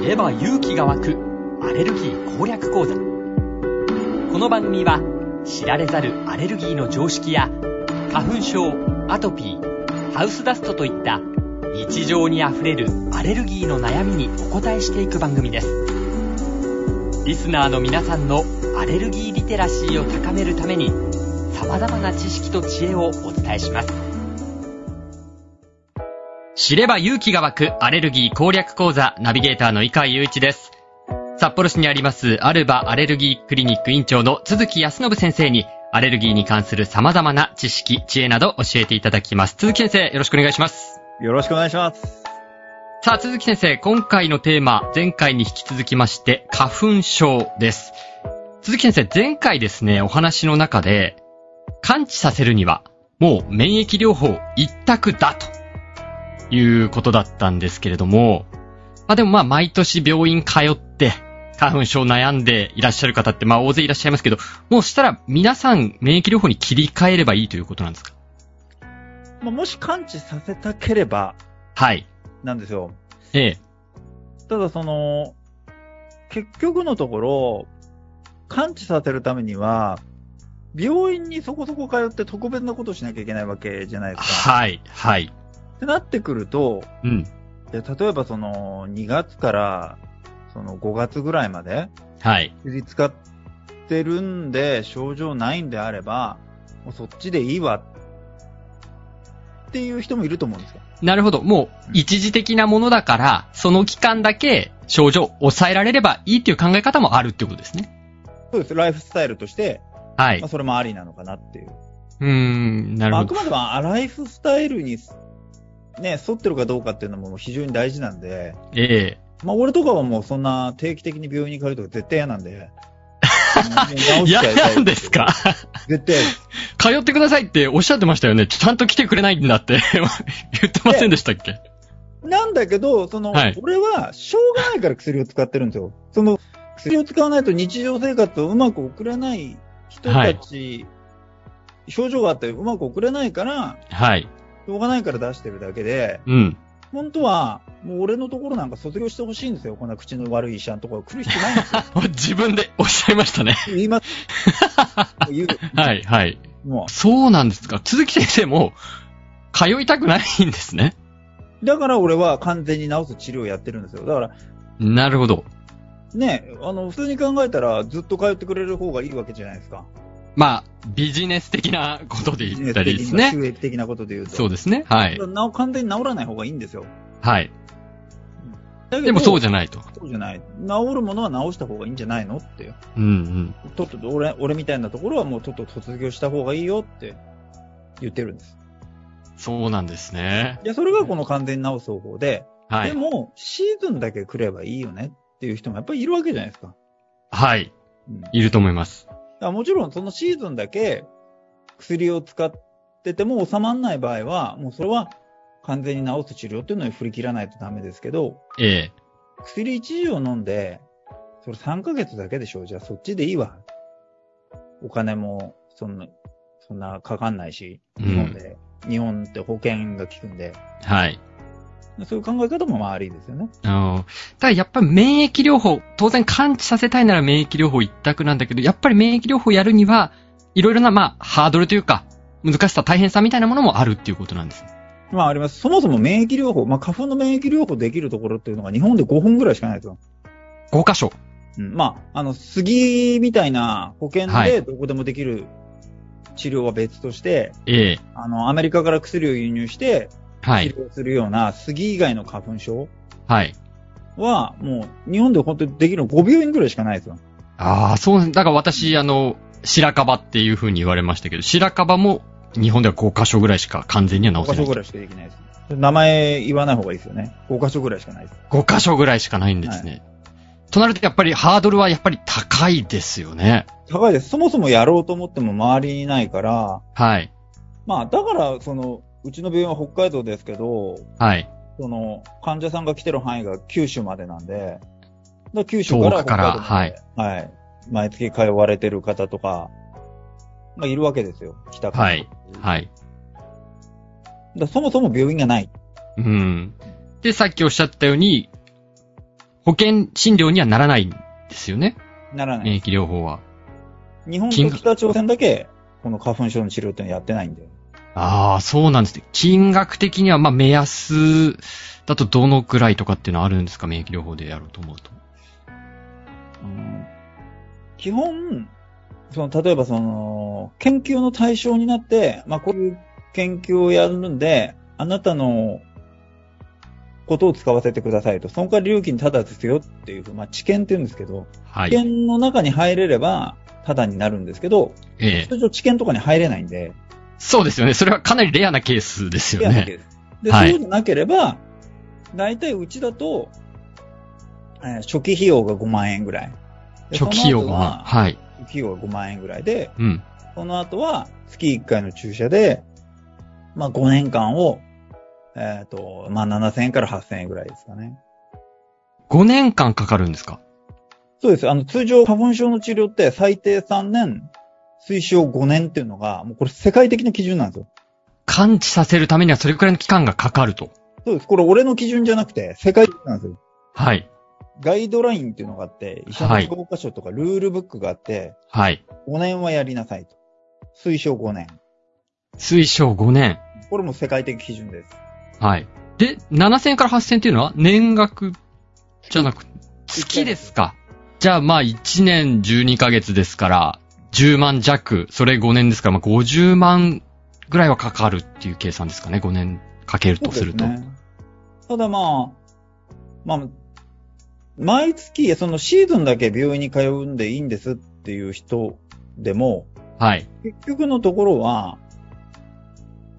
知れば勇気が湧くアレルギー攻略講座この番組は知られざるアレルギーの常識や花粉症アトピーハウスダストといった日常にあふれるアレルギーの悩みにお答えしていく番組ですリスナーの皆さんのアレルギーリテラシーを高めるために様々な知識と知恵をお伝えします知れば勇気が湧くアレルギー攻略講座ナビゲーターの井川祐一です。札幌市にありますアルバアレルギークリニック院長の鈴木康信先生にアレルギーに関する様々な知識、知恵など教えていただきます。鈴木先生、よろしくお願いします。よろしくお願いします。さあ、鈴木先生、今回のテーマ、前回に引き続きまして、花粉症です。鈴木先生、前回ですね、お話の中で、完治させるには、もう免疫療法一択だということだったんですけれども、まあでもまあ毎年病院通って、花粉症悩んでいらっしゃる方ってまあ大勢いらっしゃいますけど、もうしたら皆さん免疫療法に切り替えればいいということなんですかまあもし完治させたければ、はい。なんですよ。ええ。ただその、結局のところ、完治させるためには、病院にそこそこ通って特別なことしなきゃいけないわけじゃないですか。はい、はい。ってなってくると、うん、例えばその2月からその5月ぐらいまで、はい、使ってるんで症状ないんであれば、もうそっちでいいわっていう人もいると思うんですよ。なるほど。もう一時的なものだから、その期間だけ症状抑えられればいいっていう考え方もあるってことですね。そうです。ライフスタイルとして、はい。まあ、それもありなのかなっていう。うーん、なるほど。まあ、あくまでもライフスタイルにね、沿ってるかどうかっていうのも非常に大事なんで、ええまあ、俺とかはもうそんな定期的に病院に通うとか絶対嫌な んで、嫌なんですか絶対。通ってくださいっておっしゃってましたよね。ちゃんと来てくれないんだって 言ってませんでしたっけなんだけど、その、はい、俺はしょうがないから薬を使ってるんですよ。その、薬を使わないと日常生活をうまく送れない人たち、はい、症状があってうまく送れないから、はい。しょうがないから出してるだけで、うん。本当は、もう俺のところなんか卒業してほしいんですよ。こんな口の悪い医者のところ来る必要ないん ですよ。自分でおっしゃいましたね。言います。言う。はい、はい。もう。そうなんですか。鈴木先生も、通いたくないんですね。だから俺は完全に治す治療をやってるんですよ。だから。なるほど。ね、あの、普通に考えたらずっと通ってくれる方がいいわけじゃないですか。まあ、ビジネス的なことで言ったりですね。収益的なことで言うと。そうですね。はい。なお、完全に治らない方がいいんですよ。はい。 でもそうじゃないと。そうじゃない。治るものは治した方がいいんじゃないのっていう。うんうん。とっとと俺、俺みたいなところはもうとっとと卒業した方がいいよって言ってるんです。そうなんですね。いや、それがこの完全に治す方法で、はい、でも、シーズンだけ来ればいいよねっていう人もやっぱりいるわけじゃないですか。はい。うん、いると思います。もちろんそのシーズンだけ薬を使ってても収まらない場合は、もうそれは完全に治す治療っていうのに振り切らないとダメですけど、ええ、薬1錠飲んで、それ3ヶ月だけでしょじゃあそっちでいいわ。お金もそんな、そんなかかんないし、日本で、うん、日本って保険が効くんで。はい。そういう考え方もまあありですよね。うん。ただやっぱり免疫療法、当然完治させたいなら免疫療法一択なんだけど、やっぱり免疫療法やるには、いろいろな、まあ、ハードルというか、難しさ、大変さみたいなものもあるっていうことなんです、ね。まああります。そもそも免疫療法、まあ花粉の免疫療法できるところっていうのが日本で5本ぐらいしかないですよ。 5箇所うん。まあ、あの、杉みたいな保険でどこでもできる治療は別として、はい、ええあの、アメリカから薬を輸入して、はい、治療するような杉以外の花粉症はい。は、もう、日本で本当にできるの5病院ぐらいしかないですよ。ああ、そう、だから私、あの、白樺っていう風に言われましたけど、白樺も日本では5箇所ぐらいしか完全には治せない。 5箇所ぐらいしかできないです、ね。名前言わない方がいいですよね。5箇所ぐらいしかないです。 5箇所ぐらいしかないんですね。はい、となると、やっぱりハードルはやっぱり高いですよね。高いです。そもそもやろうと思っても周りにないから。はい。まあ、だから、その、うちの病院は北海道ですけど、はい。その、患者さんが来てる範囲が九州までなんで、だ九州から北海道はい。はい。毎月通われてる方とか、まあ、いるわけですよ。北から。はい。はい。だそもそも病院がない。うん。で、さっきおっしゃったように、保険診療にはならないんですよね。ならない。免疫療法は。日本と北朝鮮だけ、この花粉症の治療っていうのはやってないんだよ。ああ、そうなんですね。金額的には、まあ、目安だとどのくらいとかっていうのはあるんですか免疫療法でやろうと思うと。うん基本、その、例えばその、研究の対象になって、まあ、こういう研究をやるんで、あなたのことを使わせてくださいと。その代わり料金ただですよっていう、まあ、知見って言うんですけど、は知い。見の中に入れれば、ただになるんですけど、ええ通常知見とかに入れないんで、そうですよね。それはかなりレアなケースですよなわけね。です。で、はいそうじゃなければ、大体うちだと、えー初期費用が5万円ぐらい。で初期費用その後が、ははい。初期費用が5万円ぐらいで、うん。その後は月1回の注射で、まあ5年間を、えっ、と、まあ7000円から8000円ぐらいですかね。 5年間かかるんですかそうです。あの、通常花粉症の治療って最低3年、推奨5年っていうのが、もうこれ世界的な基準なんですよ。完治させるためにはそれくらいの期間がかかると。そうです。これ俺の基準じゃなくて、世界的なんですよ。はい。ガイドラインっていうのがあって、医者はのい教科書とかルールブックがあって、はい。 5年はやりなさいと。推奨5年。推奨5年。これも世界的基準です。はい。で、7000から8000っていうのは年額じゃなく、月ですか。じゃあまあ1年12ヶ月ですから、10万弱、それ5年ですから、まあ50万ぐらいはかかるっていう計算ですかね。5年かけるとすると。そうですね。ただまあ、まあ、毎月、そのシーズンだけ病院に通うんでいいんですっていう人でも、はい。結局のところは、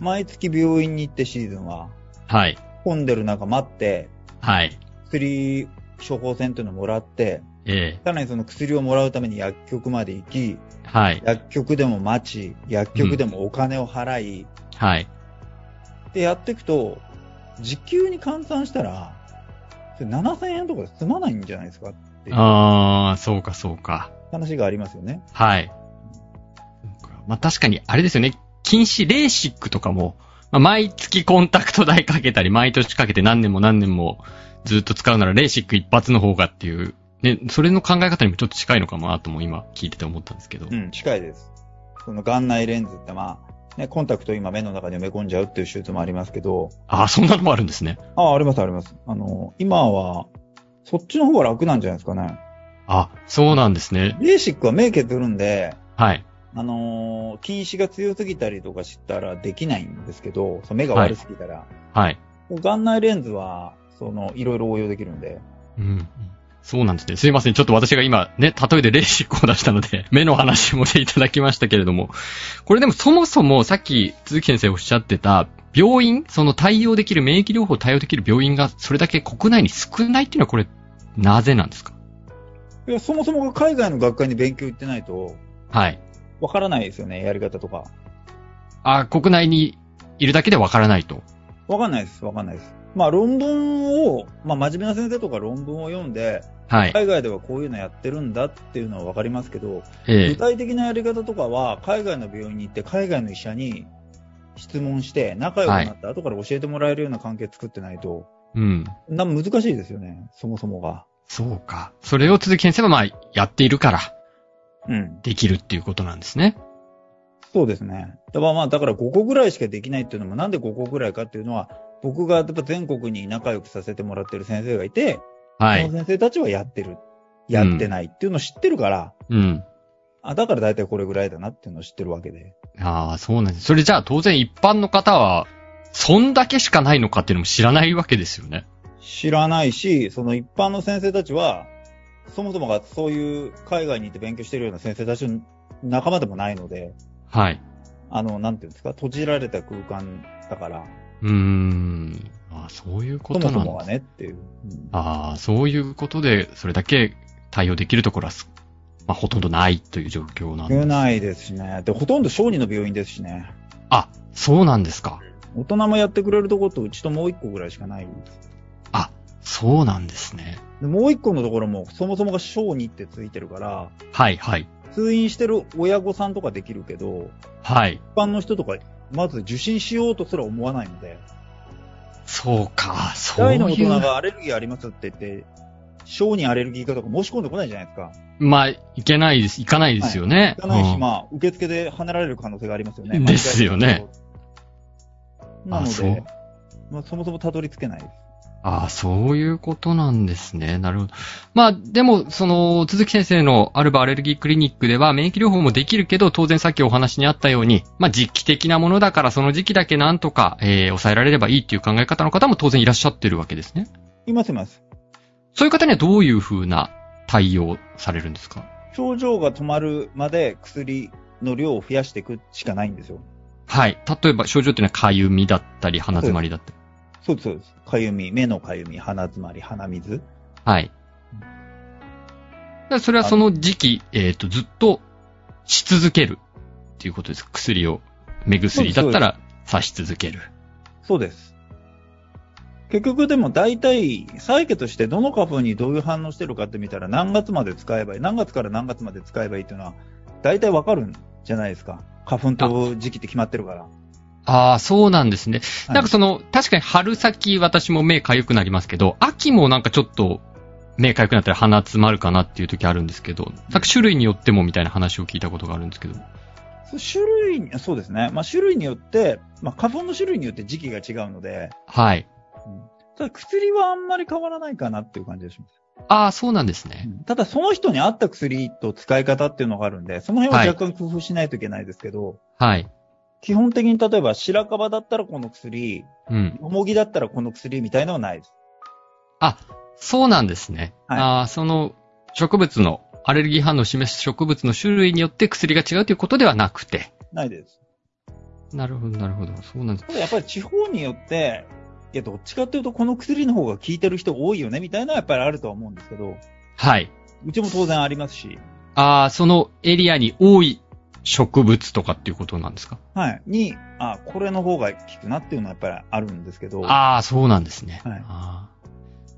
毎月病院に行ってシーズンは、はい。混んでる中待って、はい。薬処方箋っていうのもらって、えさらにその薬をもらうために薬局まで行き、えはい。薬局でも待ち、薬局でもお金を払い、はい。でやっていくと、時給に換算したら、それ7000円とかで済まないんじゃないですかっていうああ、そうかそうか。話がありますよね。はい。まあ確かに、あれですよね。禁止、レーシックとかも、まあ、毎月コンタクト代かけたり、毎年かけて何年も何年もずっと使うなら、レーシック一発の方がっていう、ね、それの考え方にもちょっと近いのかもなとも今聞いてて思ったんですけど。うん、近いです。その眼内レンズってまあ、ね、コンタクトを今目の中に埋め込んじゃうっていう手術もありますけど、ああ、そんなのもあるんですね。ああ、ありますあります。あの、今は、そっちの方が楽なんじゃないですかね。あ、そうなんですね。レーシックは目削るんで、はい。あのー近視が強すぎたりとかしたらできないんですけど、その目が悪すぎたら。はい。眼内レンズは、その、いろいろ応用できるんで。うん。そうなんですね。すいません。ちょっと私が今ね、例えでレーシックを出したの で、目の話もしていただきましたけれども、これでもそもそもさっき鈴木先生おっしゃってた、病院、その対応できる、免疫療法を対応できる病院がそれだけ国内に少ないっていうのはこれ、なぜなんですかいや、そもそも海外の学会に勉強行ってないと、はい。わからないですよね、やり方とか。あ、国内にいるだけでわからないと。わかんないです、わかんないです。まあ、論文を、まあ、真面目な先生とか論文を読んで、はい。海外ではこういうのやってるんだっていうのはわかりますけど、具ええ体的なやり方とかは、海外の病院に行って、海外の医者に質問して、仲良くなった後から教えてもらえるような関係作ってないと、うん。な難しいですよね、そもそもが。そうか。それを鈴木先生はまあ、やっているから、うん。できるっていうことなんですね。そうですね。だからまあ、だから5個ぐらいしかできないっていうのも、なんで5個ぐらいかっていうのは、僕がやっぱ全国に仲良くさせてもらってる先生がいて、はそい。の先生たちはやってる、やってないっていうのを知ってるから、うん。あ、だから大体これぐらいだなっていうのを知ってるわけで。ああ、そうなんです。それじゃあ当然一般の方は、そんだけしかないのかっていうのも知らないわけですよね。知らないし、その一般の先生たちは、そもそもがそういう海外に行って勉強してるような先生たちの仲間でもないので、はい。あの、なんていうんですか、閉じられた空間だから、うーん。ああ、そういうこそともなそんもだ。はねっていう。うんああ、そういうことで、それだけ対応できるところはす、まあ、ほとんどないという状況なん少で。ないですしね。で、ほとんど小児の病院ですしね。あ、そうなんですか。大人もやってくれるところとうちともう一個ぐらいしかないです。あ、そうなんですね。でもう一個のところも、そもそもが小児ってついてるから、はい、はい。通院してる親御さんとかできるけど、はい。一般の人とか、まず受診しようとすら思わないので、そうか、そう大の大い人う。がアレルギーありますって言って、小にアレルギーかとか申し込んでこないじゃないですか。まあ、いけないです、いかないですよね。行かないし、うんまあ、受付で離れる可能性がありますよね。ですよね間違いなあく。そなのうで、まあ、そもそもたどり着けないです。ああ、そういうことなんですね。なるほど。まあ、でも、その、鈴木先生のアルバアレルギークリニックでは免疫療法もできるけど、当然さっきお話にあったように、まあ、時期的なものだから、その時期だけなんとか、えー、抑えられればいいっていう考え方の方も当然いらっしゃってるわけですね。いますいます。そういう方にはどういうふうな対応されるんですか症状が止まるまで薬の量を増やしていくしかないんですよ。はい。例えば、症状っていうのは、かゆみだったり、鼻詰まりだったり。そうです、そうです。かゆみ、目のかゆみ、鼻詰まり、鼻水。はい。でそれはその時期、えっ、と、ずっとし続けるっていうことですか。薬を、目薬だったら刺し続ける。そうです。結局でも大体、採血としてどの花粉にどういう反応してるかって見たら何月まで使えばいい、何月から何月まで使えばいいっていうのは大体わかるんじゃないですか。花粉と時期って決まってるから。ああ、そうなんですね。はいなんかその、確かに春先私も目痒くなりますけど、秋もなんかちょっと目痒くなったり鼻詰まるかなっていう時あるんですけど、なんか種類によってもみたいな話を聞いたことがあるんですけど。そう種類に、そうですね。まあ種類によって、まあ花粉の種類によって時期が違うので、はい。ただ薬はあんまり変わらないかなっていう感じがします。ああ、そうなんですね。ただその人に合った薬と使い方っていうのがあるんで、その辺は若干工夫しないといけないですけど、はい。基本的に例えば白樺だったらこの薬、うん。よもぎだったらこの薬みたいのはないです。そうなんですね。はいああ、その植物の、アレルギー反応を示す植物の種類によって薬が違うということではなくて。ないです。なるほど、なるほど。そうなんです。ただやっぱり地方によって、いや、どっちかっていうとこの薬の方が効いてる人多いよねみたいなのはやっぱりあるとは思うんですけど、はい。うちも当然ありますし、ああ、そのエリアに多い植物とかっていうことなんですかはい。に、あ、これの方が効くなっていうのはやっぱりあるんですけど、ああ、そうなんですね。はいああ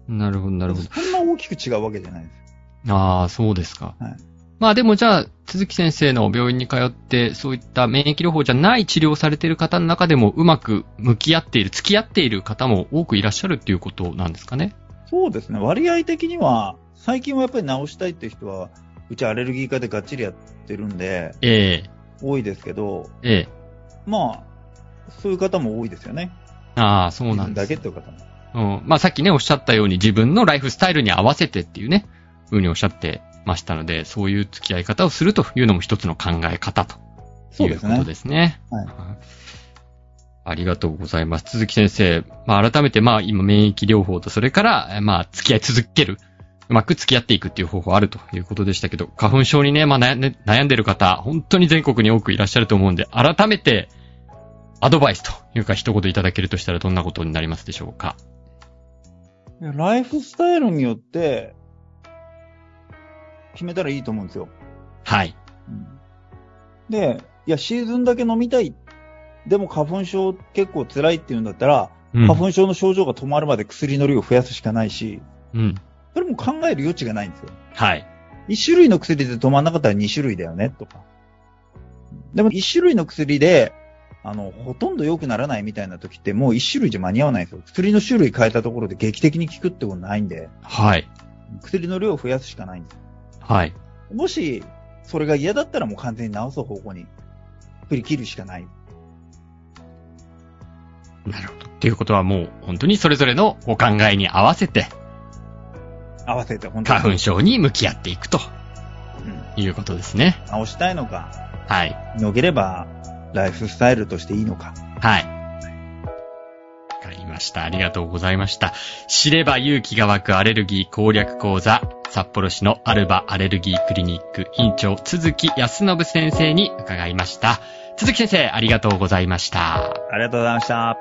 なるほど、なるほど。そんな大きく違うわけじゃないです。ああ、そうですか。はいまあでもじゃあ、鈴木先生の病院に通って、そういった免疫療法じゃない治療をされている方の中でも、うまく向き合っている、付き合っている方も多くいらっしゃるっていうことなんですかね。そうですね。割合的には、最近はやっぱり治したいっていう人は、うちアレルギー科でがっちりやってるんで、ええ多いですけど、ええまあ、そういう方も多いですよね。ああ、そうなんでだす。けっていう方も。うん。まあさっきね、おっしゃったように自分のライフスタイルに合わせてっていうね、ふうにおっしゃってましたので、そういう付き合い方をするというのも一つの考え方とそういでうすこねと。ですね。はいありがとうございます。鈴木先生、まあ改めてまあ今免疫療法とそれから、えまあ付き合い続ける。うまく付き合っていくっていう方法あるということでしたけど、花粉症にね、まあ悩んで悩んでる方、本当に全国に多くいらっしゃると思うんで、改めてアドバイスというか一言いただけるとしたらどんなことになりますでしょうか。いやライフスタイルによって、決めたらいいと思うんですよ。はい。うんで、いや、シーズンだけ飲みたい。でも花粉症結構辛いっていうんだったら、うん花粉症の症状が止まるまで薬の量を増やすしかないし、うん。それも考える余地がないんですよ。はい。一種類の薬で止まんなかったら二種類だよね、とか。でも一種類の薬で、あの、ほとんど良くならないみたいな時ってもう一種類じゃ間に合わないんですよ。薬の種類変えたところで劇的に効くってことないんで、はい。薬の量を増やすしかないんです。はい。もし、それが嫌だったらもう完全に治す方向に振り切るしかない。なるほど。ということはもう本当にそれぞれのお考えに合わせて合わせて本当に。花粉症に向き合っていくとうんいうことですね。治したいのか、はい。逃げればライフスタイルとしていいのか。はい。わかりました。ありがとうございました。知れば勇気が湧くアレルギー攻略講座、札幌市のアルバアレルギークリニック院長、鈴木康信先生に伺いました。鈴木先生、ありがとうございました。ありがとうございました。